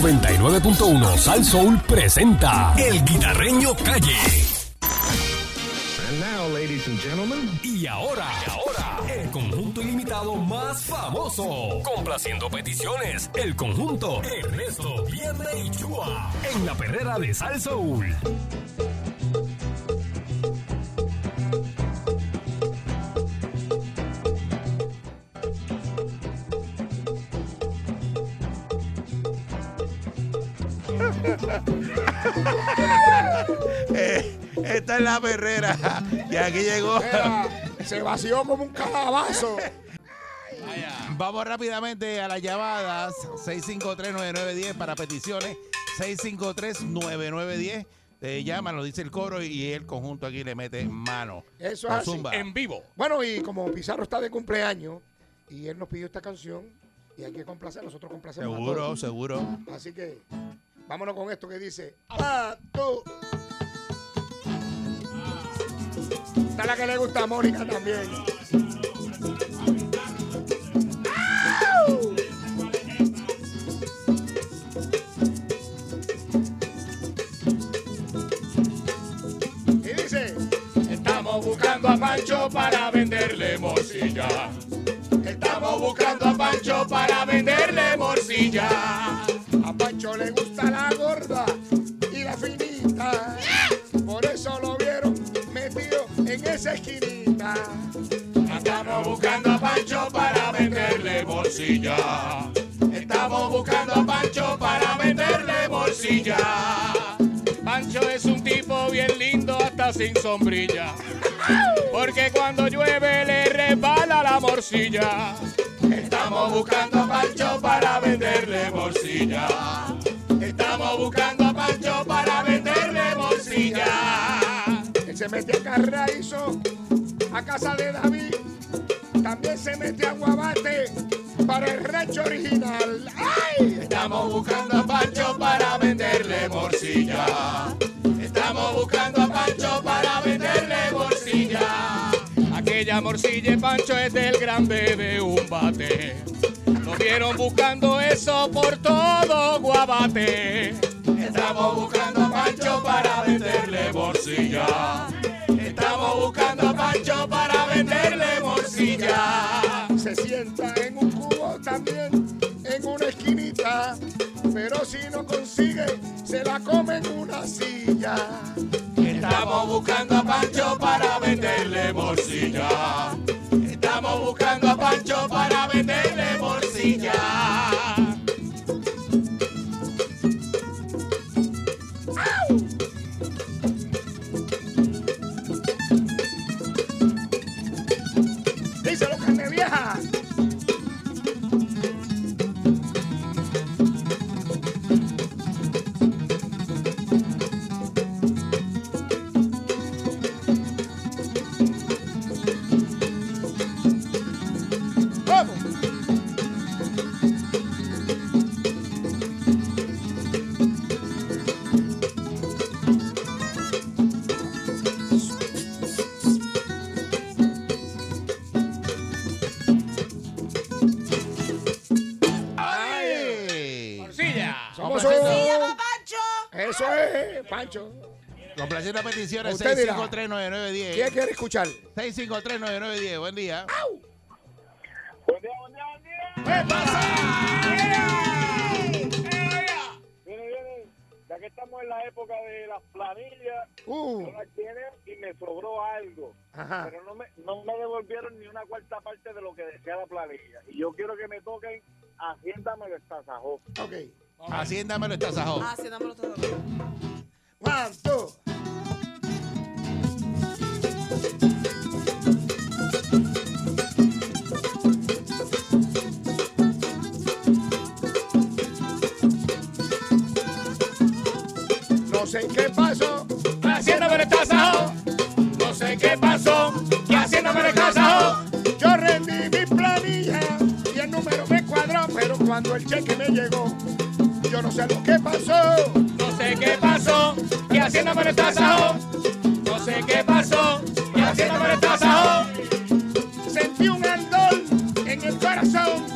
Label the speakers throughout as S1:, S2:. S1: 99.1 Sal Soul presenta El Guitarreño Calle.
S2: And now, ladies and gentlemen,
S1: Y ahora, y ahora, el conjunto ilimitado más famoso. Complaciendo peticiones, el conjunto Ernesto Vierne y Chua en la perrera de Sal Soul.
S3: Esta es la perrera. Y aquí llegó.
S4: Eh, Se vació como un calabazo.
S3: Vamos rápidamente a las llamadas. 653-9910 para peticiones. 653-9910. Te llama, lo dice el coro y el conjunto aquí le mete mano.
S4: Eso es
S3: La
S4: así.
S3: zumba.
S5: En vivo.
S4: Bueno, y como Pizarro está de cumpleaños y él nos pidió esta canción y hay que complacer, nosotros complacemos. a
S3: Seguro,
S4: todos.
S3: seguro.
S4: Así que vámonos con esto que dice a tú. Esta es la que le gusta a Mónica también. ¡Au! Y dice, estamos buscando a Pancho para venderle morcilla. Estamos buscando a Pancho para venderle morcilla. A Pancho le gusta la gorda y la finita. Por eso lo vieron metido en esa esquinita. Estamos buscando a Pancho para venderle bolsilla. Estamos buscando a Pancho para venderle bolsilla. Pancho es un tipo bien lindo hasta sin sombrilla. Porque cuando llueve le resbala la morcilla. Estamos buscando a Pancho para venderle morcilla. Estamos buscando a Pancho para venderle morcilla. Él se metió a Carraízo, a casa de David. También se metió a Guabate para el rancho original. ¡Ay! Estamos buscando a Pancho para venderle morcilla. Estamos buscando a Pancho para venderle morcilla. Aquella morcilla, Pancho, es del gran bebé un bate. Lo vieron buscando eso por todo Guabate. Estamos buscando a Pancho para venderle morcilla. Estamos buscando a Pancho para venderle morcilla. Se sienta en un cubo también, en una esquinita. Pero si no consigue, se la come en una silla. Estamos buscando a Pancho para venderle morcilla. Estamos buscando a Pancho para venderle morcilla. Díselo, carne vieja. ¡Vamos!
S3: ¡Ay!
S5: Morcilla.
S4: Somos
S3: Complaciendo,
S4: un- Eso es, Pancho.
S3: complaciendo peticiones.
S4: Usted dirá.
S3: 653-9910.
S4: ¿Quién quiere escuchar?
S3: 653-9910. Buen día.
S6: Buen día, buen día, buen día.
S4: ¿Qué pasa?
S6: Viene, viene. Ya que estamos en la época de las planillas,
S4: Uh,
S6: yo las tiene y me sobró algo.
S4: ajá.
S6: Pero no me, no me devolvieron ni una cuarta parte de lo que decía la planilla. Y yo quiero que me toquen Hacienda me lo estasajó.
S4: Ok.
S3: Haciéndamelo está sajón.
S7: Ah, sí, dámelo todo.
S4: One, two. No sé qué pasó. Hacienda me rechazó. No sé qué pasó. Que Hacienda me rechazó. Yo rendí mi planilla y el número me cuadró, pero cuando el cheque me llegó, yo no sé lo que pasó. No sé qué pasó. Que Hacienda me rechazó. No sé qué pasó. Que Hacienda me rechazó. Sentí un ardor en el corazón.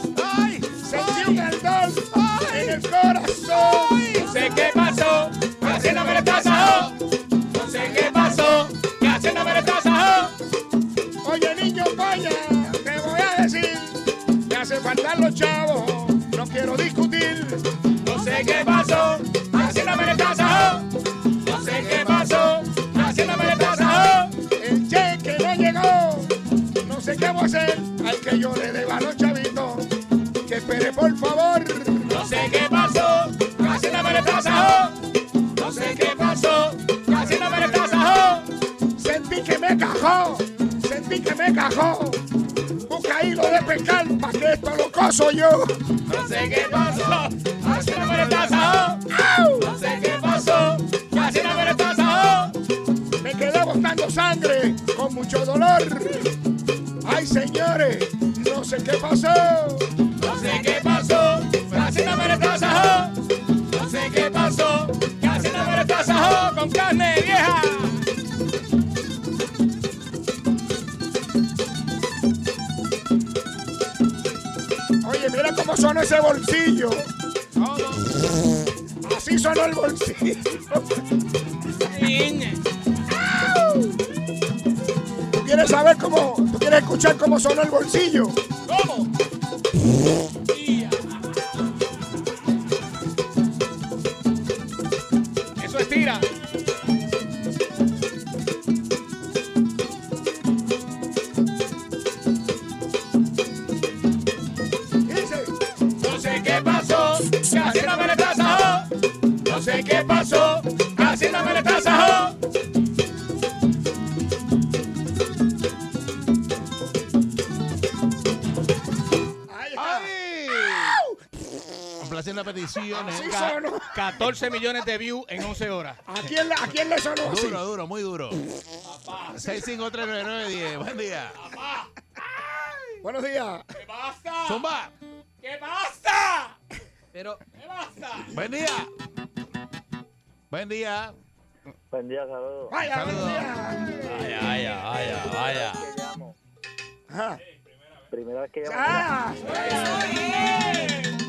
S4: Sentí un ardor en el corazón. corazón. No sé qué pasó, que Hacienda me retrasó. No sé qué pasó, que Hacienda me retrasó. Oye, niño, vaya, te voy a decir, me hace falta los chavos, no quiero discutir. No sé qué pasó, que Hacienda me retrasó. No sé qué pasó, que Hacienda me retrasó. El cheque no llegó, no sé qué voy a hacer, al que yo le deba a los chavitos. Que espere, por favor. No sé qué pasó, que Hacienda me retrasó. No sé qué pasó, que Hacienda me retrasó. Sentí que me cajó, sentí que me cajó. Busca hilo de pescar pa' que esto lo coso yo. No sé qué pasó, Hacienda me retrasó. No sé qué pasó, que Hacienda me retrasó. Me quedé botando sangre con mucho dolor. Ay, señores, no sé qué pasó. No sé qué pasó, que Hacienda me retrasó. No sé qué pasó, que Hacienda me retrasó con carne vieja. Oye, mira cómo sonó ese bolsillo. Así sonó el bolsillo. ¿Tú quieres saber cómo? ¿Tú quieres escuchar cómo sonó el bolsillo? ¿Cómo? Eso estira. No sé qué pasó, que Hacienda me retrasó. No sé qué pasó, que Hacienda me retrasó. Ah.
S3: ¡Ay! Complaciendo peticiones.
S4: Así sonó.
S2: 14 millones de views en 11 horas.
S4: ¿A quién, le- ¿A quién le sonó así?
S3: Duro, duro, muy duro. 6539910. Buen día.
S4: Buenos días.
S2: ¿Qué pasa?
S3: Zumba.
S2: ¿Qué pasa?
S5: Pero,
S2: ¿Qué pasa?
S3: Buen día. Buen día.
S7: Buen día, saludos.
S4: Vaya, buenos
S3: Saludos.
S2: Vaya,
S4: días.
S2: vaya, vaya, vaya.
S7: Te llamo.
S4: Ajá.
S7: Primera vez que llamo.
S4: Ah,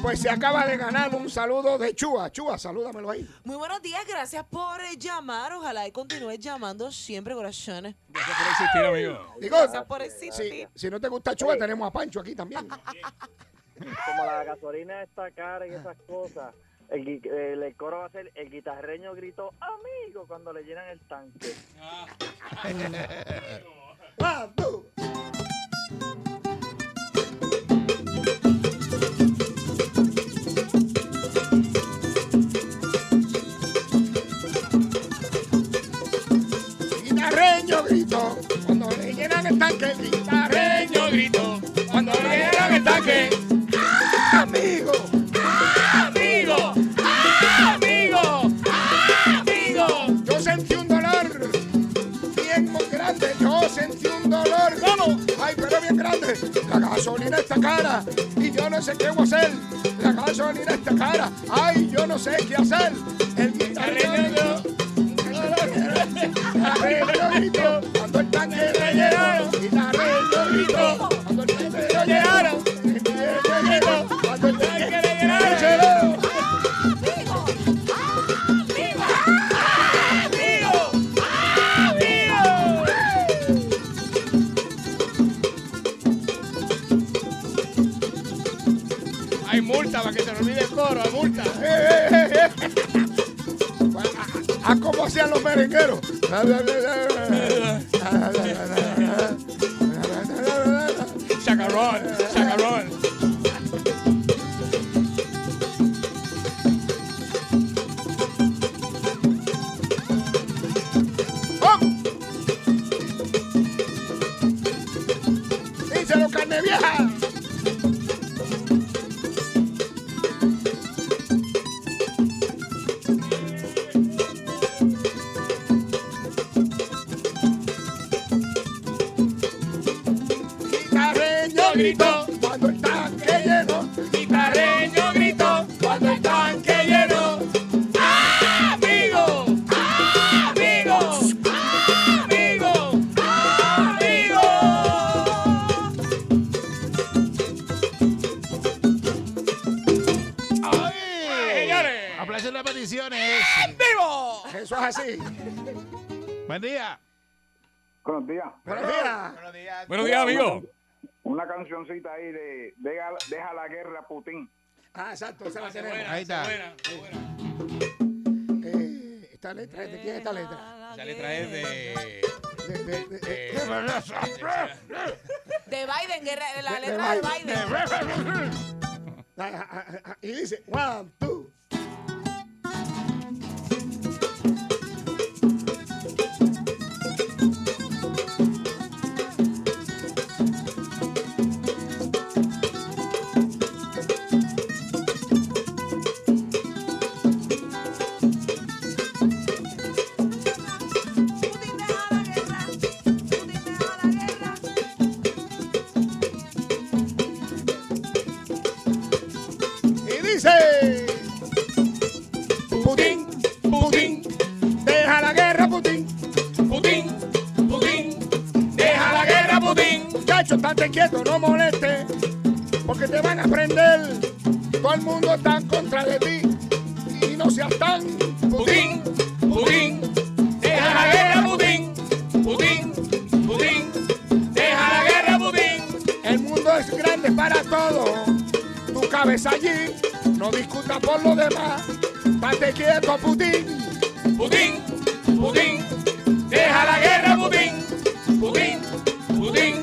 S4: pues se acaba de ganar un saludo de Chua. Chua, salúdamelo ahí.
S5: muy buenos días, gracias por eh, llamar. Ojalá y continúes llamando siempre, corazones.
S2: Gracias por existir, amigo.
S4: Digo,
S5: Gracias por
S4: si,
S5: existir.
S4: si no te gusta Chua, tenemos a Pancho aquí también.
S7: Como la gasolina está cara y esas cosas, el, gui- el, el coro va a ser el guitarreño gritó amigo cuando le llenan el tanque.
S4: One, two. Guitarreño grito cuando le llenan el tanque. Guitarreño
S2: Yo grito
S4: cuando le llenan el tanque. ¡Ah, amigo,
S2: ¡Amigo! ¡Amigo! ¡Amigo!
S4: yo sentí un dolor bien muy grande. Yo sentí un dolor.
S2: ¿Cómo?
S4: Ay, pero bien grande. La gasolina está cara. Y yo no sé qué voy a hacer. La gasolina está cara. Ay, yo no sé qué hacer. El guitarreño. Guitarreño gritó Cuando el tanque le llenaron. Guitarreño gritó Cuando el tanque le llenaron. Guitarreño gritó Cuando el tanque le llenaron.
S2: Hay multa para que se te olvide el coro, hay multa.
S4: A, a Ah, cómo hacían los merengueros.
S2: Chacarrón, chacarrón.
S4: ¡Vamos! ¡Díselo, carne vieja! Guitarreño gritó cuando el tanque llenó. Guitarreño gritó cuando el tanque llenó. ¡Amigo! ¡Amigo! amigo, amigo.
S2: ¡Ay!
S3: Aplacen las peticiones.
S2: ¡Vivo!
S4: Eso es así.
S3: Buen día.
S6: Buenos días.
S4: Buenos días.
S2: Buenos días.
S8: Buenos días, amigo.
S6: Una cancioncita ahí de Deja, deja la guerra a Putin.
S4: Ah, exacto, esa la tenemos.
S3: Ahí está.
S8: Buena, buena.
S4: Eh, esta letra, ¿de quién es esta letra?
S8: Esa letra es de.
S4: De, de, de, de-
S5: De Biden, guerra, de la
S4: de
S5: letra de Biden.
S4: Ah, ah, ah, ah, Y dice, one, two.
S5: Putin deja la guerra. Putin deja la guerra.
S4: Y dice, Putin, Putin, deja la guerra, Putin.
S8: Putin, Putin, deja la guerra, Putin.
S4: Chacho, estate quieto, no moleste, porque te van a prender. Todo el mundo está en contra de ti y no seas tan
S8: Putin,
S4: Putin.
S8: Putin, deja la guerra, Putin. Putin, Putin, deja la guerra, Putin.
S4: El mundo es grande para todos. Tu cabeza allí, no discutas por lo demás. Estate quieto, Putin.
S8: Putin, Putin, deja la guerra, Putin. Putin, Putin,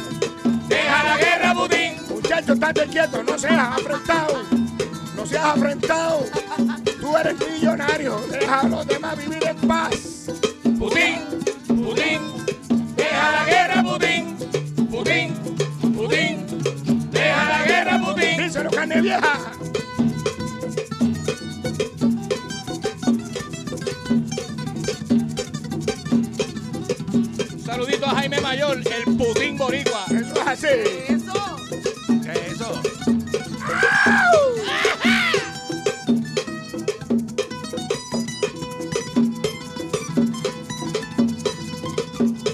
S8: deja la guerra, Putin.
S4: Muchacho, estate quieto, no seas afrentado. No seas afrentado. Tú eres millonario, deja a los demás vivir en paz.
S8: Putin, Putin, deja la guerra, Putin. Putin, Putin, deja la guerra, Putin.
S4: Díselo, carne vieja.
S2: Un saludito a Jaime Mayor, el Putin Boricua.
S4: Eso es así.
S5: Eso.
S3: ¿Qué es eso?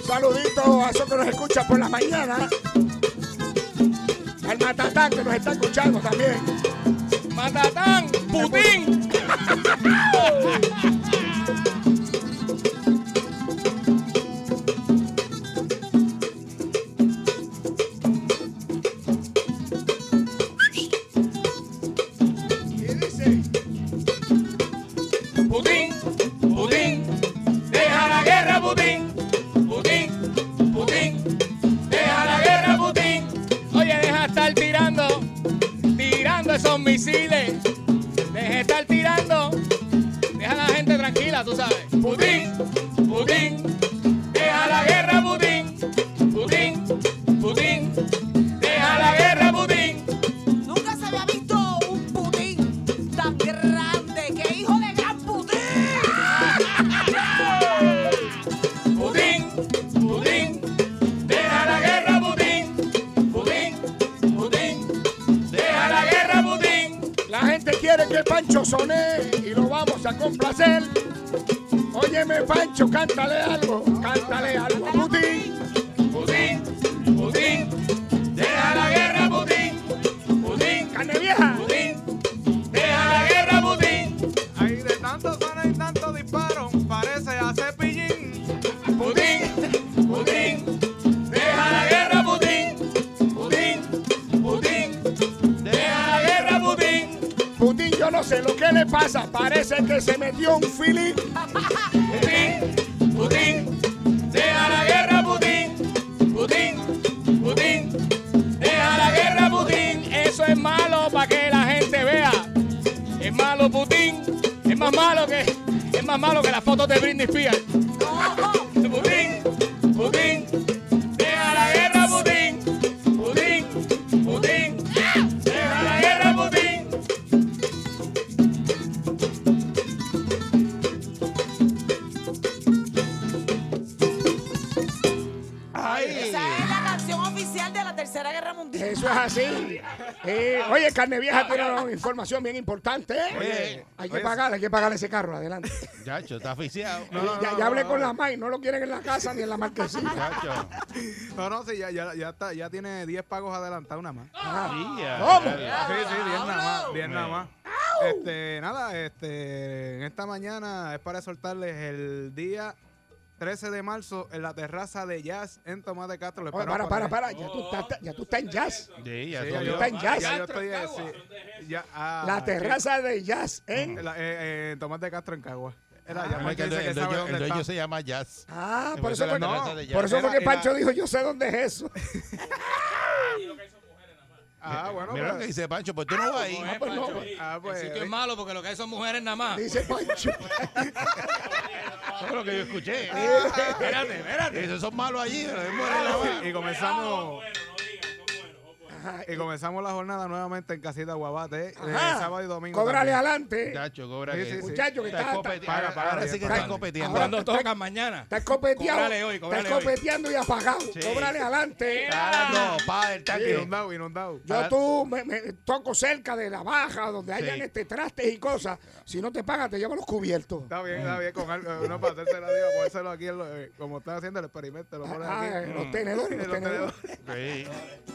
S4: Saludito a esos que nos escuchan por la mañana. Al Matatán que nos está escuchando también.
S2: Matatán, Putin.
S4: Y dice,
S8: Putin, Putin, deja la guerra, Putin. Putin, Putin, deja la guerra, Putin.
S2: Oye, deja estar tirando, tirando esos misiles. Deja estar tirando. Deja a la gente tranquila, tú sabes.
S8: Putin, Putin, deja la guerra, Putin. Putin, Putin, deja la guerra, Putin.
S5: Nunca se había visto un Putin tan grande. ¡Qué hijo de gran Putin!
S8: Putin, Putin, deja la guerra, Putin. Putin, Putin, deja la guerra, Putin.
S4: la gente quiere que Pancho sone y lo vamos a complacer. Óyeme, Pancho, cántale algo, cántale algo a Putin.
S8: Putin, Putin, deja la guerra, Putin. Putin,
S4: Carne vieja.
S8: Putin, deja la guerra, Putin.
S9: Ahí de tanto suena y tanto disparo, parece a cepillín.
S8: Putin, Putin, deja la guerra, Putin. Putin, Putin, deja la guerra, Putin.
S4: Putin, yo no sé lo que le pasa, parece que se metió un fili.
S8: Putin, Putin, deja la guerra, Putin. Putin, Putin, deja la guerra, Putin.
S2: Eso es malo para que la gente vea. Es malo Putin. Es más malo que es más malo que las fotos de Britney Spears.
S8: Putin, Putin, deja la guerra, Putin. Putin, Putin, deja la guerra, Putin.
S3: Ay.
S5: Esa es la canción oficial de la Tercera Guerra Mundial.
S4: Eso es así. Eh, oye, carne vieja tiene una información bien importante. ¿eh?
S3: Oye,
S4: hay que
S9: oye.
S4: pagarle, hay que pagarle ese carro, adelante.
S3: Chacho, está asfixiado.
S4: ya, ya hablé con la MAI, no lo quieren en la casa ni en la marquesina.
S3: Chacho.
S9: No, no, sí, ya, ya, ya, está, ya tiene 10 pagos adelantados nada más.
S3: María.
S4: ¿Cómo?
S9: Sí, sí, 10 nada más. 10 nada más. Este, nada, este, en esta mañana es para soltarles el día 13 de marzo en la terraza de Jazz en Tomás de Castro. Lo
S4: Oye, para,
S9: esperamos
S4: para,
S9: por ahí.
S4: para. Ya tú estás, ya tú estás en jazz.
S3: Sí, ya
S9: Sí,
S3: subió.
S4: yo- está en jazz.
S9: ya yo estoy, sí, ya, ah,
S4: La terraza de jazz, ¿eh?
S9: en la- eh, eh, Tomás de Castro en Cagua. Era, ya
S3: Ah,
S9: me
S3: que el,
S9: dice que
S3: el
S9: sabe
S3: dueño,
S9: dónde
S3: el dueño
S9: está.
S3: se llama Jazz.
S4: Ah,
S3: Y
S4: por eso
S3: la
S4: fue,
S3: terraza de
S4: por
S3: Jazz.
S4: eso fue que
S9: Era-
S4: Pancho
S9: era-
S4: dijo, yo sé dónde es eso.
S9: Ah, bueno,
S3: Mira lo que
S9: pues,
S3: dice Pancho, pues tú no vas ahí.
S6: No, pues no, pues.
S9: ah,
S6: El
S9: pues,
S6: sitio es malo porque lo que hay son mujeres nada más.
S4: Dice Pancho.
S3: Eso es lo que yo escuché. Ah,
S6: Espérate, espérate.
S3: Esos son malos allí. pero es buena la mano.
S9: y comenzamos. Y comenzamos la jornada nuevamente en Casita Guabate, eh,
S4: Ajá.
S9: sábado y domingo.
S4: Cóbrale
S9: también.
S4: adelante.
S3: Muchacho, cobra
S9: Sí,
S3: que-
S9: sí, sí.
S4: Muchacho, que
S3: Está
S4: está-
S3: copete-
S9: Paga,
S3: ahora-
S9: paga,
S3: ahora sí que
S9: paga.
S3: están copeteando.
S4: Ahora-
S6: Cuando tocan mañana.
S4: Estás copeteado.
S6: Cobrale hoy, cobrale
S4: Estás
S6: hoy.
S4: copeteando y apagado. Cóbrale adelante.
S3: Está
S9: Ah,
S3: dando pa del tanque.
S9: Inundado, inundado.
S4: Yo tú me, me toco cerca de la baja, donde
S3: Sí.
S4: hayan este trastes y cosas. Si no te pagan, te llevo los cubiertos.
S9: Está bien, está bien, con algo, eh, uno para hacerse la diva, ponérselo aquí, en lo- eh, como están haciendo el experimento, lo pones
S4: Ah, eh,
S9: aquí. Mm.
S4: los tenedores, los
S9: Los
S4: tenedores.
S9: tenedores.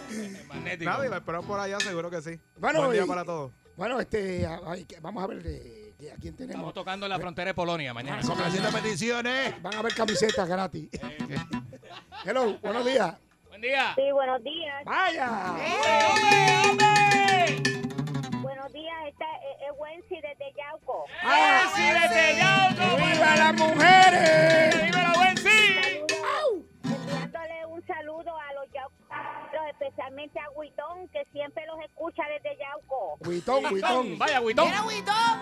S3: Sí.
S6: Magnético.
S9: Nada, y lo esperamos por allá, seguro que sí.
S4: Bueno,
S9: Buen día
S4: y-
S9: para todos.
S4: Bueno, este, a- ay, que- vamos a ver de, de a quién tenemos.
S6: Estamos tocando la frontera de Polonia mañana.
S3: Complaciendo peticiones.
S4: Van a ver camisetas gratis.
S9: Eh,
S4: Hello, buenos días.
S6: Buen día. Eh,
S10: Sí, buenos días.
S4: ¡Vaya!
S10: Buenos días. Esta es, es Wency desde Yauco.
S4: ¡Ah,
S6: Sí, desde Yauco,
S4: ¡Viva las mujeres!
S6: ¡Viva la buen sí!
S10: Saludos.
S4: ¡Au!
S10: Enviándole un saludo a los yaucanos, especialmente a Huitón, que siempre los escucha desde Yauco.
S4: Huitón, huitón.
S6: Vaya, Huitón.
S5: Era Huitón.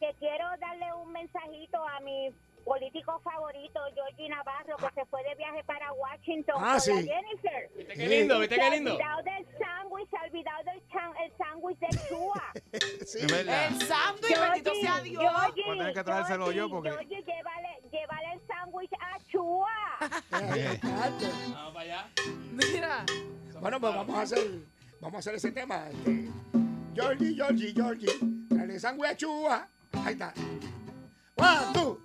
S10: Que quiero darle un mensajito a mi político favorito, Georgie Navarro, que se fue de viaje para Washington
S4: Ah,
S10: con
S4: sí.
S10: la Jennifer.
S6: Viste qué lindo, viste
S10: Se
S6: qué
S10: ha
S6: lindo.
S10: olvidado del sándwich, se ha olvidado del chan- el sándwich de Chua.
S3: Es verdad.
S5: El sándwich, bendito sea Dios.
S9: Voy a tener que traérselo yo, porque-
S10: Yoyi, llévale, llévale el sándwich a Chua.
S6: Vamos para allá.
S5: Mira.
S4: Bueno, pues vamos a hacer, vamos a hacer ese tema. este. Georgie, Georgie, Georgie, dale sangre a Chua. Ahí está. One, two.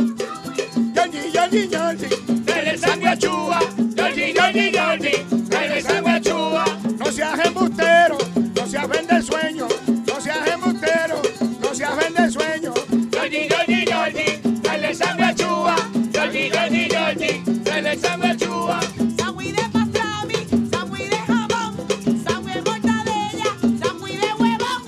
S4: Georgie, Georgie, Georgie,
S6: Dale sangre a Chuba. Jordi, Jordi, Jordi. Dale sangre a Chuba.
S4: no seas embustero, no seas vende sueño, no seas embustero, no seas vende sueño.
S6: Jordi, Jordi, Jordi. Dale sangre a Chuba. Jordi, Jordi, Jordi. Dale sangre a Chuba.
S5: Sándwich de pastrami, sándwich de jamón, sándwich de mortadela, sándwich de huevón.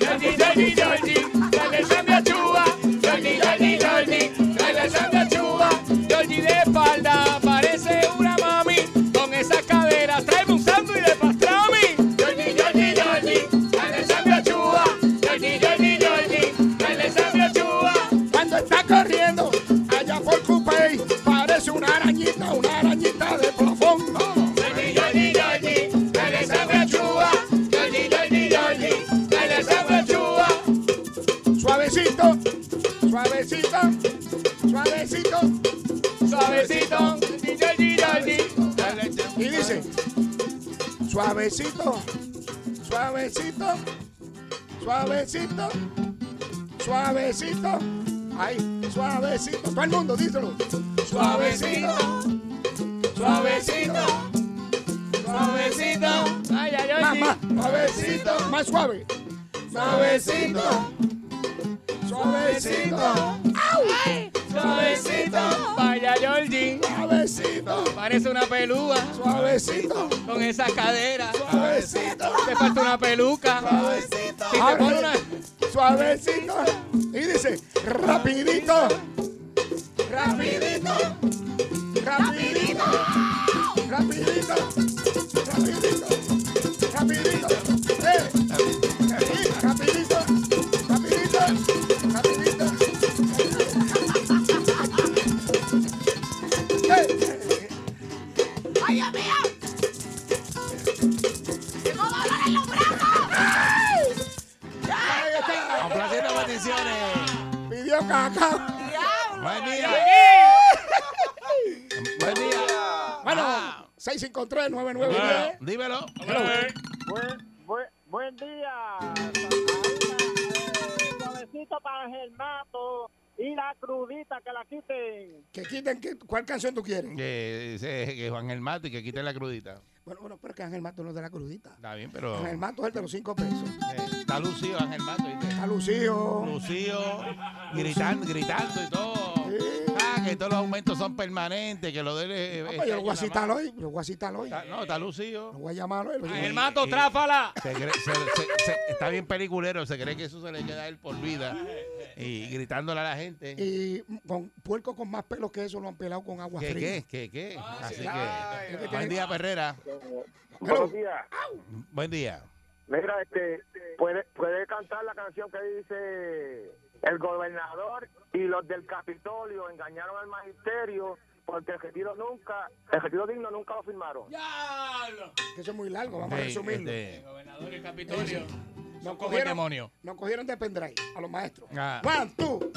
S6: Jordi, Jordi, Jordi. Dale sangre a Chuba. Jordi, Jordi, Jordi. Dale sangre a Chuba. Jordi de espalda parece una mami. Con esas caderas tráeme un sándwich de pastrami. Jordi, Jordi, Jordi. Dale sangre a Chuba. Jordi, Jordi, Jordi. Dale sangre a Chuba.
S4: Cuando está corriendo allá por Coupey, parece una arañita, una arañita de plafón.
S6: Jordi, Jordi, Jordi, dale sangre a Chua. Jordi, Jordi, Jordi, dale sangre a Chua.
S4: Suavecito, suavecito, suavecito.
S6: Suavecito, Jordi, Jordi, Jordi.
S4: Y dice, suavecito, suavecito, suavecito, suavecito. Ahí, suavecito. Todo el mundo, díselo. Suavecito, suavecito,
S6: Suavecito, ay, ay,
S4: más,
S6: Jordi.
S4: más, suavecito, más suave. Suavecito, suavecito,
S6: Suavecito, vaya Jordi.
S4: suavecito,
S6: Parece una pelúa
S4: suavecito,
S6: con esas caderas.
S4: suavecito.
S6: Te falta una peluca. Si te
S4: Ahora,
S6: pone una.
S4: Suavecito. Y dice, rapidito. Rapidito. Rapidito. Rapidito. Rapidito. Rapidito. Eh, eh, Rapidito. Rapidito. Rapidito. Eh,
S5: ¡Ay, Dios mío! ¡Tengo dolor en los brazos!
S4: ahí está.
S3: Complaciendo peticiones.
S4: Pidió caca.
S5: ¡Diablo!
S3: Buen día. Buen día.
S4: Bueno,
S3: Ah.
S4: 653 9910
S3: Dímelo.
S7: Buen, buen, buen día. Saluda, eh, Un besito para Germato,
S11: Y la crudita, que la quiten.
S4: Que quiten, que- ¿cuál canción tú quieres?
S3: Que, dice que Juan el Mato y que quite la crudita.
S4: Bueno, bueno, pero que Ángel Mato no es de la crudita.
S3: Está bien, pero. eh,
S4: Ángel Mato es el de los cinco pesos.
S3: Está lucido Ángel Mato. ¿viste?
S4: Está lucido.
S3: Lucido, gritando, gritando y todo. Ah, que todos los aumentos son permanentes, que lo eh, este, de él es-
S4: Ah,
S3: es-
S4: pues yo lo voy a
S3: es nada
S4: citar
S3: más.
S4: hoy, lo voy a citar hoy.
S3: Está- Ah, No, está lucido.
S4: Lo voy a llamar hoy. lo voy a-
S12: Ángel Mato, tráfala.
S3: Se cree- se- se- se- está bien peliculero, se cree que eso se le queda a él por vida. Y gritándole a la gente.
S4: Y con puerco con más pelos que eso lo han pelado con agua
S3: ¿Qué,
S4: fría.
S3: qué, qué, qué?
S12: Ah,
S3: Así que,
S4: es que
S3: buen
S4: tiene-
S3: día, Perrera.
S7: Buenos días.
S3: Buen día.
S7: Mira, este, puede, puede cantar la canción que dice el gobernador y los del Capitolio engañaron al magisterio porque el retiro nunca, el retiro digno nunca lo firmaron.
S4: Que eso es muy largo, vamos a
S3: Ey,
S4: resumirlo.
S3: este,
S12: Gobernador y Capitolio.
S4: Nos
S12: como
S4: cogieron,
S12: demonio.
S4: nos cogieron de pendrive a los maestros.
S3: Ah.
S4: One, two.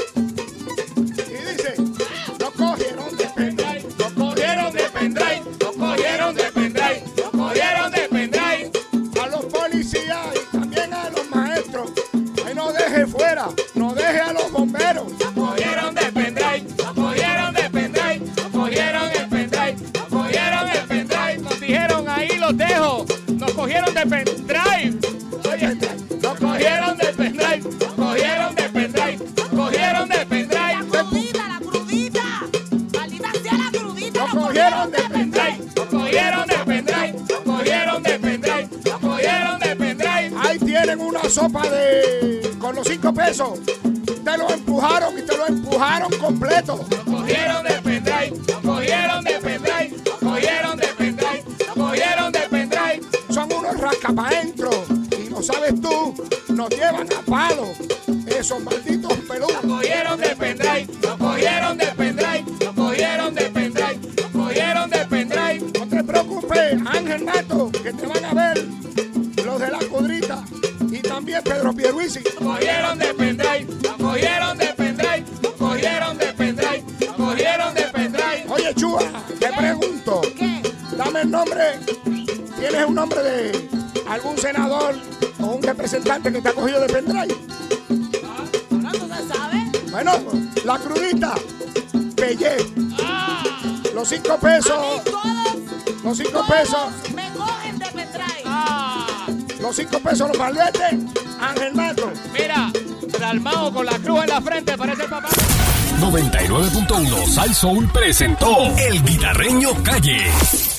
S4: Y dice, nos cogieron de pendrive,
S13: nos cogieron de pendrive, nos cogieron de pendrive, nos cogieron de pendrive.
S4: a los policías y también a los maestros. Ay, no deje fuera, no deje a los bomberos.
S13: Cogieron de pendrive, nos cogieron de pendrive, nos cogieron el pendrive, nos cogieron el pendrive.
S12: Nos dijeron ahí los dejo. Nos cogieron de pendrive.
S4: Oye,
S13: nos cogieron de pendrive, nos cogieron de pendrive, nos cogieron de pendrive.
S5: La crudita, la crudita. Maldita sea la crudita.
S13: Nos cogieron de pendrive, nos cogieron de pendrive, nos cogieron de pendrive, nos cogieron de pendrive.
S4: Ahí tienen una sopa de. con los cinco pesos. Te lo empujaron y te lo empujaron completo.
S13: cogieron de pendrive, nos cogieron de pendrive, nos cogieron de pendrive, nos cogieron de pendrive.
S4: Son unos rasca pa' dentro. Y no sabes tú, nos llevan a palo. Esos malditos peludos.
S13: Nos cogieron de pendrive, nos cogieron de pendrive, nos cogieron de pendrive, nos cogieron de pendrive.
S4: No te preocupes, Ángel Mato, que te van a ver los de la codrita. Y también Pedro Pierluisi.
S13: Nos cogieron de pendrive, nos cogieron de pendrive, nos cogieron de pendrive, nos cogieron de pendrive.
S4: Oye, Chua, te pregunto. Dame el nombre. ¿Tienes un nombre de algún senador o un representante que te ha cogido de pendrive? Bueno, la crudita, Pellé,
S13: Ah.
S4: los cinco pesos, los cinco pesos,
S5: Me cogen de pendrive.
S4: los cinco pesos los maldetes, Ángel Mato.
S12: Mira, Dalmao con la cruz en la frente, parece papá.
S1: 99.1 Sal Soul presentó El Guitarreño Calle.